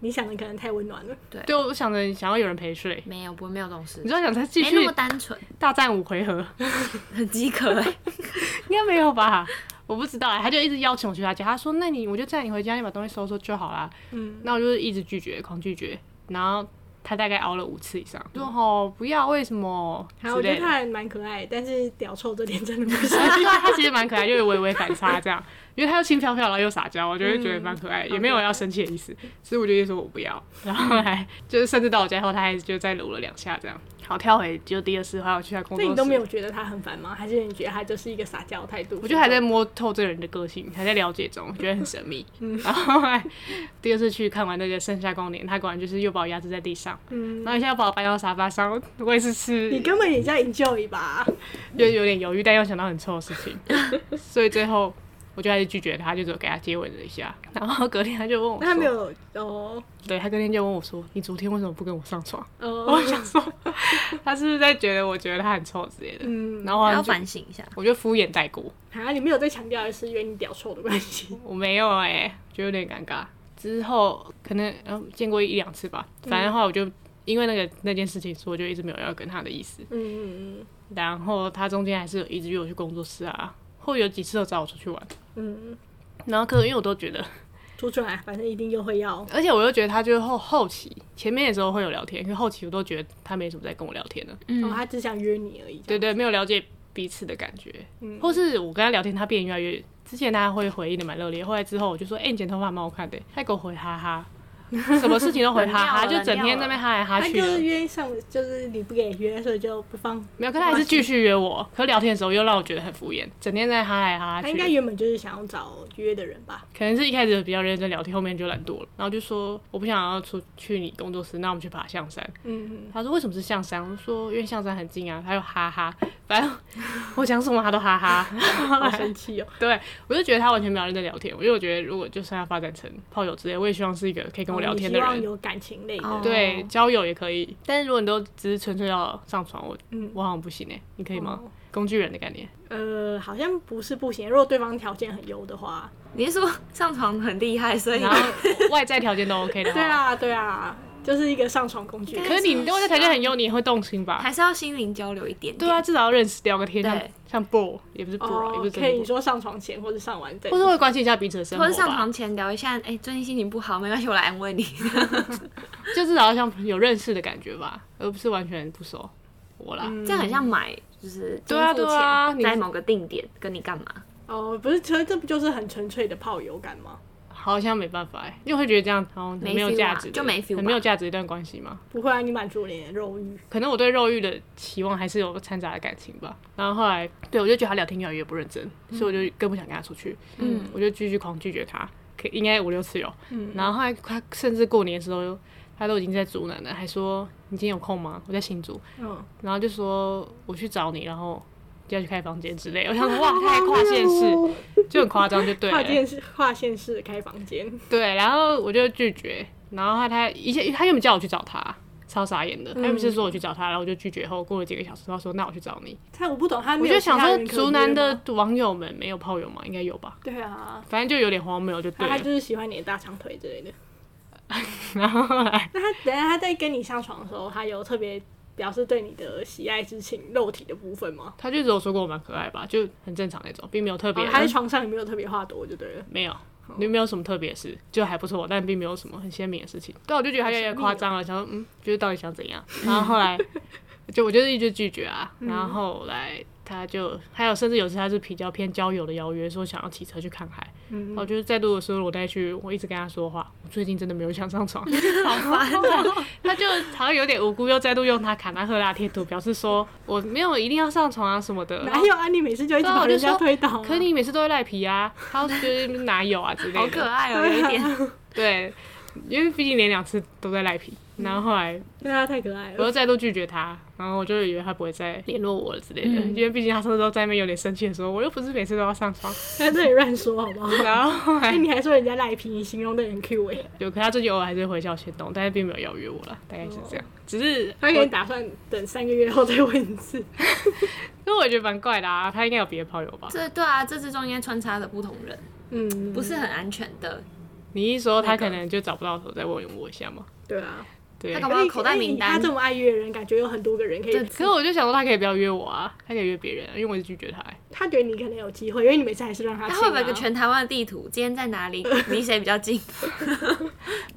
Speaker 2: 你想的可能太温暖了，
Speaker 1: 对，我想着想要有人陪睡。
Speaker 3: 没有不会没有这种事
Speaker 1: 你，知道想再继
Speaker 3: 哎没那
Speaker 1: 续
Speaker 3: 么单纯，
Speaker 1: 大战五回合，
Speaker 3: 很饥渴 欸。
Speaker 1: 应该没有吧？ 我不知道哎、他就一直邀请我去他家，他说：“那你我就载你回家，你把东西收收就好啦。”
Speaker 2: 嗯，
Speaker 1: 那我就是一直拒绝，狂拒绝，然后他大概熬了五次以上，说哦不要，为什么
Speaker 2: 好，
Speaker 1: 之
Speaker 2: 我觉
Speaker 1: 类
Speaker 2: 得他
Speaker 1: 的。
Speaker 2: 还蛮可爱，但是屌臭这点真的 不行。
Speaker 1: 对啊，他其实蛮可爱，就是微微反差这样，因为他又轻飘飘，然后又撒娇，我就会觉得嗯蛮可爱，也没有要生气的意思，所以我就一直说我不要。 然后后来就是甚至到我家以后，他还就再撸了两下这样。好，跳回就第二次，还有去他工作
Speaker 2: 那
Speaker 1: 室，
Speaker 2: 你都没有觉得他很烦吗？还是你觉得他就是一个撒娇的态度？
Speaker 1: 我就还在摸透这个人的个性，还在了解中，觉得很神秘。
Speaker 2: 嗯
Speaker 1: 然后后来第二次去看完那个《盛夏光年》，他果然就是又把我压制在地上，
Speaker 2: 嗯
Speaker 1: 然后一下把我搬到沙发上，我也是吃，
Speaker 2: 你根本也在 enjoy 吧？
Speaker 1: 就有点犹豫，但又想到很臭的事情， 所以最后我就还是拒绝他，就只有给他接吻了一下。然后隔天他就问我，
Speaker 2: 那他没，有哦
Speaker 1: 对他隔天就问我说：“你昨天为什么不跟我上床
Speaker 2: 哦，？”
Speaker 1: 他是不是在觉得我觉得他很臭之类的？
Speaker 2: 嗯，
Speaker 1: 然后
Speaker 3: 还
Speaker 1: 我
Speaker 3: 要
Speaker 1: 就
Speaker 3: 反省一下。
Speaker 1: 我就敷衍带过，
Speaker 2: 啊，你没有再强调一次，因为你屌臭的关系。
Speaker 1: 我没有哎、就有点尴尬。之后可能呃见过一两次吧，反正后来我就。因为那个那件事情，所以我就一直没有要跟他的意思。
Speaker 2: 嗯嗯
Speaker 1: 然后他中间还是有一直约我去工作室啊，或有几次都找我出去玩。
Speaker 2: 嗯，
Speaker 1: 然后可能因为我都觉得
Speaker 2: 说出来，反正一定又会要。
Speaker 1: 而且我又觉得他就是后后期前面的时候会有聊天，可是后期我都觉得他没什么在跟我聊天了。
Speaker 2: 哦，他只想约你而已。
Speaker 1: 对对，没有了解彼此的感觉，
Speaker 2: 嗯
Speaker 1: 或是我跟他聊天，他变得越来越之前他会回应的蛮热烈，后来之后我就说，哎、你剪头发蛮好看的，他给我回哈哈，什么事情都回哈 哈，
Speaker 3: 冷掉
Speaker 1: 就
Speaker 3: 了
Speaker 1: 整天在那边哈来哈
Speaker 2: 他
Speaker 1: 去
Speaker 2: 就是
Speaker 1: 的。
Speaker 2: 约上，就是你不给约，所以就不放。
Speaker 1: 没有，可他还是继续约我，可聊天的时候又让我觉得很敷衍，整天在哈来哈
Speaker 2: 他
Speaker 1: 去
Speaker 2: 应
Speaker 1: 的
Speaker 2: 该。原本就是想要找约的人吧？
Speaker 1: 可能是一开始比较认真聊天，后面就懒惰了，然后就说我不想要出去你工作室，那我们去爬象山。
Speaker 2: 嗯
Speaker 1: 他说为什么是象山？我说因为象山很近啊。他又哈哈，反正 我讲什么他都哈哈。
Speaker 2: 嗯，好生气哦。
Speaker 1: 对我就觉得他完全没有认真聊天，因为我觉得如果就算要发展成炮友之类，我也希望是一个可以跟我聊天的
Speaker 2: 你哦希望
Speaker 1: 人。
Speaker 2: 有感情类
Speaker 3: 哦
Speaker 2: 的。
Speaker 1: 对，交友也可以，但是如果你都只是纯粹要上床，我
Speaker 2: 嗯，
Speaker 1: 我好像不行哎、你可以吗？
Speaker 2: 哦
Speaker 1: 工具人的概念，
Speaker 2: 呃，好像不是不行，如果对方条件很优的话。
Speaker 1: 哦
Speaker 3: 你是说上床很厉害，所以
Speaker 1: 然后 外在条件都 OK 的话，
Speaker 2: 对，啊，对啊，就是一个上床工具。
Speaker 1: 可是你外在条件很优，你也会动心吧？
Speaker 3: 还是要心灵交流一点点。
Speaker 1: 对啊，，至少要认识聊个天，像
Speaker 3: 对
Speaker 1: 像 bro 也不是 bro，、啊，也不
Speaker 2: 哦
Speaker 1: 是，真
Speaker 2: 可以
Speaker 1: 的
Speaker 2: 你
Speaker 1: bro，
Speaker 2: 说上床前或者上完再
Speaker 1: 或。是会关心一下彼此的生活
Speaker 3: 或
Speaker 1: 吧，
Speaker 3: 者上床前聊一下，哎、最近心情不好，没关系，我来安 慰你。
Speaker 1: 就至少要像有认识的感觉吧，而不是完全不熟。我
Speaker 2: 嗯
Speaker 1: 啦，
Speaker 3: 这样很像买，就是
Speaker 1: 对啊
Speaker 3: 金付
Speaker 1: 对啊
Speaker 3: 钱
Speaker 1: 你
Speaker 3: 在某个定点跟你干嘛？
Speaker 2: 哦，不是，其实这不就是很纯粹的炮友感吗？
Speaker 1: 好像没办法哎、因为会觉得这样好像很
Speaker 3: 没
Speaker 1: 有
Speaker 3: feel
Speaker 1: 价
Speaker 3: 啊
Speaker 1: 值的，
Speaker 3: 就没
Speaker 1: 很
Speaker 3: feel 吧
Speaker 1: 没有价值的一段关系嘛。
Speaker 2: 不会啊，你满足你的肉欲。
Speaker 1: 可能我对肉欲的期望还是有掺杂的感情吧。然后后来，对我就觉得他聊天越来越不认真，所以我就更不想跟他出去。
Speaker 3: 嗯，
Speaker 1: 我就继续狂拒绝他，可应该五六次有。然后后来他甚至过年的时候，他都已经在竹南了，还说你今天有空吗？我在新竹，
Speaker 2: 嗯，
Speaker 1: 然后就说我去找你，然后就要去开房间之类的。我想说 哇，他还跨县
Speaker 2: 嗯
Speaker 1: 市，就很夸张，就对了。欸
Speaker 2: 跨县市跨县市开房间，
Speaker 1: 对，然后我就拒绝，然后他一些他原本叫我去找他，超傻眼的。他又不
Speaker 2: 嗯
Speaker 1: 是说我去找他，然后我就拒绝后，过了几个小时，他说那我去找你。
Speaker 2: 他我不懂，他
Speaker 1: 我
Speaker 2: 没有
Speaker 1: 就
Speaker 2: 其
Speaker 1: 想
Speaker 2: 他
Speaker 1: 说
Speaker 2: 人，可
Speaker 1: 竹
Speaker 2: 约
Speaker 1: 南
Speaker 2: 吗
Speaker 1: 的网友们没有炮友吗？应该有吧，
Speaker 2: 对啊，
Speaker 1: 反正就有点荒谬，就
Speaker 2: 他
Speaker 1: 对
Speaker 2: 啊他
Speaker 1: 了。
Speaker 2: 就是喜欢你的大长腿之类的。
Speaker 1: 然后后来
Speaker 2: 那他等一下他在跟你上床的时候，他有特别表示对你的喜爱之情，肉体的部分吗？
Speaker 1: 他就只有说过我蛮可爱吧，就很正常那种，并没有特别
Speaker 2: 哦
Speaker 3: 啊
Speaker 1: 的。
Speaker 2: 他在床上也没有特别话多，就对了。
Speaker 1: 没有，没没有什么特别的事，就还不错，但并没有什么很鲜明的事情。但我啊就觉得他越来越夸张了，想说嗯，就是到底想怎样？然后后来 就我就是一直拒绝啊，然后后来他就还有甚至有时他是比较偏交友的邀约，说想要骑车去看海。嗯，我就是再度的说我带去，我一直跟他说话，我最近真的没有想上 床。
Speaker 3: 好烦哦。
Speaker 1: 他就好像有点无辜，又再度用他卡纳赫拉贴图表示说我没有一定要上床啊什么的。
Speaker 2: 哪有啊？你每次就一直
Speaker 1: 对啊
Speaker 2: 把
Speaker 1: 我就
Speaker 2: 人家
Speaker 1: 说
Speaker 2: 推倒啊，
Speaker 1: 可你每次都会赖皮啊，他就是哪有啊之类的。
Speaker 3: 好可爱哦，有一点。
Speaker 1: 对，因为毕竟连两次都在赖皮，然后后来
Speaker 2: 对啊，太可爱
Speaker 1: 我又
Speaker 2: 了。
Speaker 1: 再度拒绝他，然后我就以为他不会再联络我了之类的，
Speaker 3: 嗯
Speaker 1: 因为毕竟他上次都在那边有点生气的时候，我又不是每次都要上床，
Speaker 2: 在这里乱说好不 好？
Speaker 1: 然后后
Speaker 2: 哎，
Speaker 1: 来
Speaker 2: 你还说人家赖皮，你形容的很 Q 哎、
Speaker 1: 有，可他最近偶尔还是回消行动，但是并没有邀约我了，大概是
Speaker 3: 哦
Speaker 1: 这样，只是
Speaker 2: 他可能
Speaker 1: 我
Speaker 2: 打算等三个月后再问一次。
Speaker 1: 因为我觉得蛮怪的啊，他应该有别的炮友吧？
Speaker 3: 这对啊，这之中间穿插的不同人，
Speaker 2: 嗯，
Speaker 3: 不是啊很安全
Speaker 1: 嗯
Speaker 3: 的。
Speaker 1: 你一说他
Speaker 3: 那个
Speaker 1: 可能就找不到的时候再问我一下嘛，
Speaker 2: 对啊，
Speaker 1: 对
Speaker 3: 他。搞不好口袋名
Speaker 2: 哎
Speaker 3: 单
Speaker 2: 他这么爱约人，感觉有很多个人可以
Speaker 3: 对。
Speaker 1: 可是我就想说，他可以不要约我啊，他可以约别人啊，因为我是拒绝他、欸。
Speaker 2: 他觉得你可能有机会，因为你每次还是让他
Speaker 3: 他
Speaker 2: 亲、啊。
Speaker 3: 会不会有个全台湾的地图？今天在哪里？离谁比较近？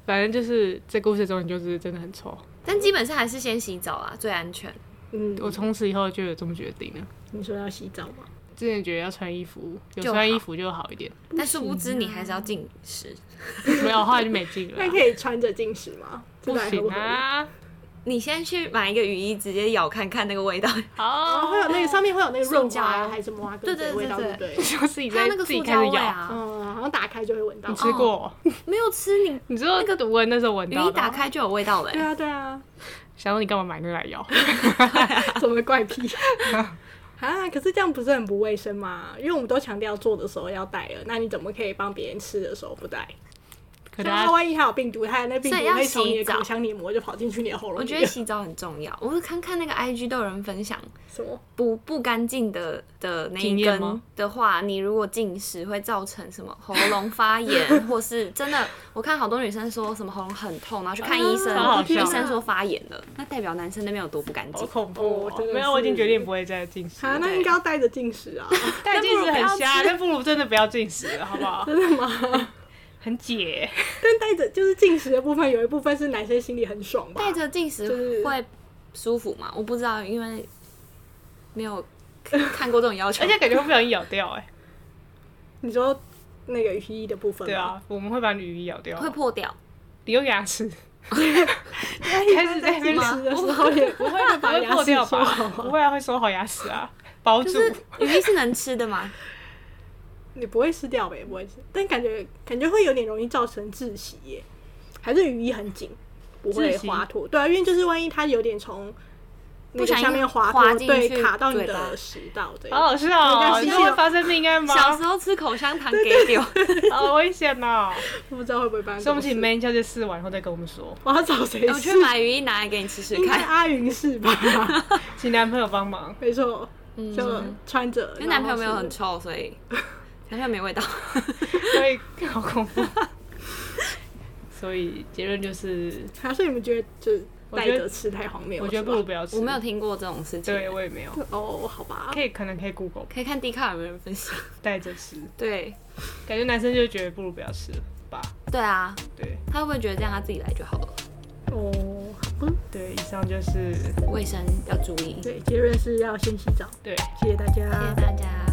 Speaker 1: 反正就是这故事中，就是真的很臭。
Speaker 3: 但基本上还是先洗澡啊，最安全。
Speaker 2: 嗯，
Speaker 1: 我从此以后就有这么决定了。
Speaker 2: 你说要洗澡吗？
Speaker 1: 之前觉得要穿衣服，有
Speaker 3: 就
Speaker 1: 穿
Speaker 3: 好
Speaker 1: 衣服就好一点，
Speaker 3: 但殊不知你还是要进食。
Speaker 1: 没有后来就没劲了
Speaker 2: 那
Speaker 1: 啊。
Speaker 2: 可以穿着进食吗？
Speaker 1: 不行！啊，
Speaker 3: 你先去买一个雨衣，直接咬看看那个味道。
Speaker 2: 然
Speaker 1: 好
Speaker 2: 哦后，会有那个上面会有那个润
Speaker 3: 塑胶
Speaker 2: 滑啊还是什么啊，
Speaker 3: 对对
Speaker 2: 各种味道，
Speaker 3: 对
Speaker 2: 对
Speaker 3: 对
Speaker 2: 不对？
Speaker 1: 就自己
Speaker 3: 它
Speaker 1: 在
Speaker 3: 那个
Speaker 1: 自己
Speaker 3: 塑
Speaker 1: 开始
Speaker 3: 胶味
Speaker 1: 咬。
Speaker 3: 啊，
Speaker 2: 嗯，好像打开就会闻到哦
Speaker 1: 你。吃过？
Speaker 3: 没有吃你
Speaker 1: 你知道那个闻那时候闻
Speaker 3: 雨
Speaker 1: 到
Speaker 3: 衣
Speaker 1: 的
Speaker 3: 打
Speaker 1: 啊，
Speaker 3: 开就有味道了欸、
Speaker 2: 对啊，对啊，
Speaker 1: 想说你干嘛买那个来咬？
Speaker 2: 怎么怪 癖？啊，可是这样不是很不卫生吗？因为我们都强调做的时候要戴了，那你怎么可以帮别人吃的时候不戴？
Speaker 1: 可能
Speaker 2: 那他
Speaker 1: 它
Speaker 2: 万一他有病毒，他那病毒
Speaker 3: 所以要
Speaker 2: 会从你
Speaker 3: 洗
Speaker 2: 的
Speaker 3: 澡
Speaker 2: 口腔黏膜就跑进去你的喉咙
Speaker 3: 我
Speaker 2: 里
Speaker 3: 觉
Speaker 2: 面。
Speaker 3: 得洗澡很重要。我是看看那个 IG 都有人分享，
Speaker 2: 什么？
Speaker 3: 不不干净的的那
Speaker 1: 经
Speaker 3: 一
Speaker 1: 验吗
Speaker 3: 根的话，你如果进食会造成什么喉咙发炎， 或是真的，我看好多女生说什么喉咙很痛，然后去看医生，
Speaker 1: 啊好好笑
Speaker 3: 医生说发炎了， 那代表男生那边有多不干
Speaker 1: 好
Speaker 3: 净。
Speaker 1: 恐
Speaker 2: 怖
Speaker 1: 怖
Speaker 2: 哦真
Speaker 1: 哦！
Speaker 2: 的
Speaker 1: 没有，我已经
Speaker 2: 是
Speaker 1: 决定不会再进食
Speaker 2: 啊，
Speaker 1: 了。
Speaker 2: 那应该要戴着进食啊。
Speaker 1: 但进食
Speaker 3: 不要
Speaker 1: 很瞎，
Speaker 3: 吃
Speaker 1: 但不如真的不要进食了，好不好？真的吗？很解，
Speaker 2: 但戴着就是进食的部分，有一部分是男生心里很爽吧？
Speaker 3: 带着进食
Speaker 2: 是
Speaker 3: 会舒服吗？我不知道，因为没有看过这种要求
Speaker 1: 而。且感觉会不小心咬掉，哎，
Speaker 2: 你说那个雨衣的部分，
Speaker 1: 对，啊，我们会把雨衣咬掉，
Speaker 3: 会破掉，
Speaker 1: 你用牙齿，
Speaker 2: 开
Speaker 1: 始在那边
Speaker 2: 吃的时候也不会
Speaker 1: 不
Speaker 2: 把
Speaker 1: 会
Speaker 2: 牙
Speaker 1: 破
Speaker 2: 齿
Speaker 1: 掉
Speaker 2: 说
Speaker 1: 吧？不会啊，会收好牙齿啊，包
Speaker 3: 就
Speaker 1: 住。
Speaker 3: 是雨衣是能吃的 吗？
Speaker 2: 你不会湿掉呗，不会湿，但感觉感觉会有点容易造成窒息耶，还是雨衣很紧，不会
Speaker 1: 窒息
Speaker 2: 滑脱。对啊，因为就是万一它有点从那
Speaker 3: 不
Speaker 2: 个
Speaker 3: 小心
Speaker 2: 下面滑
Speaker 3: 滑
Speaker 2: 脱，
Speaker 3: 进
Speaker 2: 对，
Speaker 3: 去
Speaker 2: 卡到你
Speaker 3: 嘴巴
Speaker 2: 的食道这
Speaker 1: 好
Speaker 2: 样。
Speaker 1: 好笑哦！
Speaker 2: 应该是
Speaker 1: 你会发生命案吗？
Speaker 3: 小时候吃口香糖给丢，
Speaker 1: 好危险哦！
Speaker 2: 不知道会不会发生
Speaker 1: 所以
Speaker 2: 这
Speaker 1: 我
Speaker 2: 种
Speaker 1: 们
Speaker 2: 事。
Speaker 1: 请 Man 小姐试完后再跟我们说，
Speaker 2: 我要找谁
Speaker 3: 我去
Speaker 2: 试？
Speaker 3: 买雨衣拿来给你吃吃
Speaker 2: 应该啊
Speaker 3: 看。
Speaker 2: 阿云是吧？
Speaker 1: 请男朋友帮忙。
Speaker 2: 没错，就穿着。
Speaker 3: 因为嗯男朋友没有
Speaker 2: 然后
Speaker 3: 很
Speaker 2: 是
Speaker 3: 臭，所以 男朋友没味道。
Speaker 1: 所以好恐怖。所以结论就是，
Speaker 2: 啊，所以你们觉得就是
Speaker 1: 我
Speaker 2: 带
Speaker 1: 觉得
Speaker 2: 着吃太荒谬
Speaker 1: 我
Speaker 2: 了
Speaker 1: 觉
Speaker 2: 是
Speaker 1: 得
Speaker 2: 吧？
Speaker 1: 不如不要吃。
Speaker 3: 我没有，听过这种事情，
Speaker 1: 对我也没有。
Speaker 2: 哦，好吧，
Speaker 1: 可以，可能可以 Google
Speaker 3: 可以看 D 卡有没有人 分享。
Speaker 1: 带着吃，
Speaker 3: 对，
Speaker 1: 感觉男生就觉得不如不要吃了吧？
Speaker 3: 对啊，
Speaker 1: 对
Speaker 3: 他会不会觉得这样他自己来就好了？
Speaker 2: 哦，好吧，
Speaker 1: 对，以上就是
Speaker 3: 卫生要注意。谢
Speaker 2: 对，结论是要先洗澡。
Speaker 1: 对。
Speaker 2: 谢谢大家，
Speaker 3: 谢大家。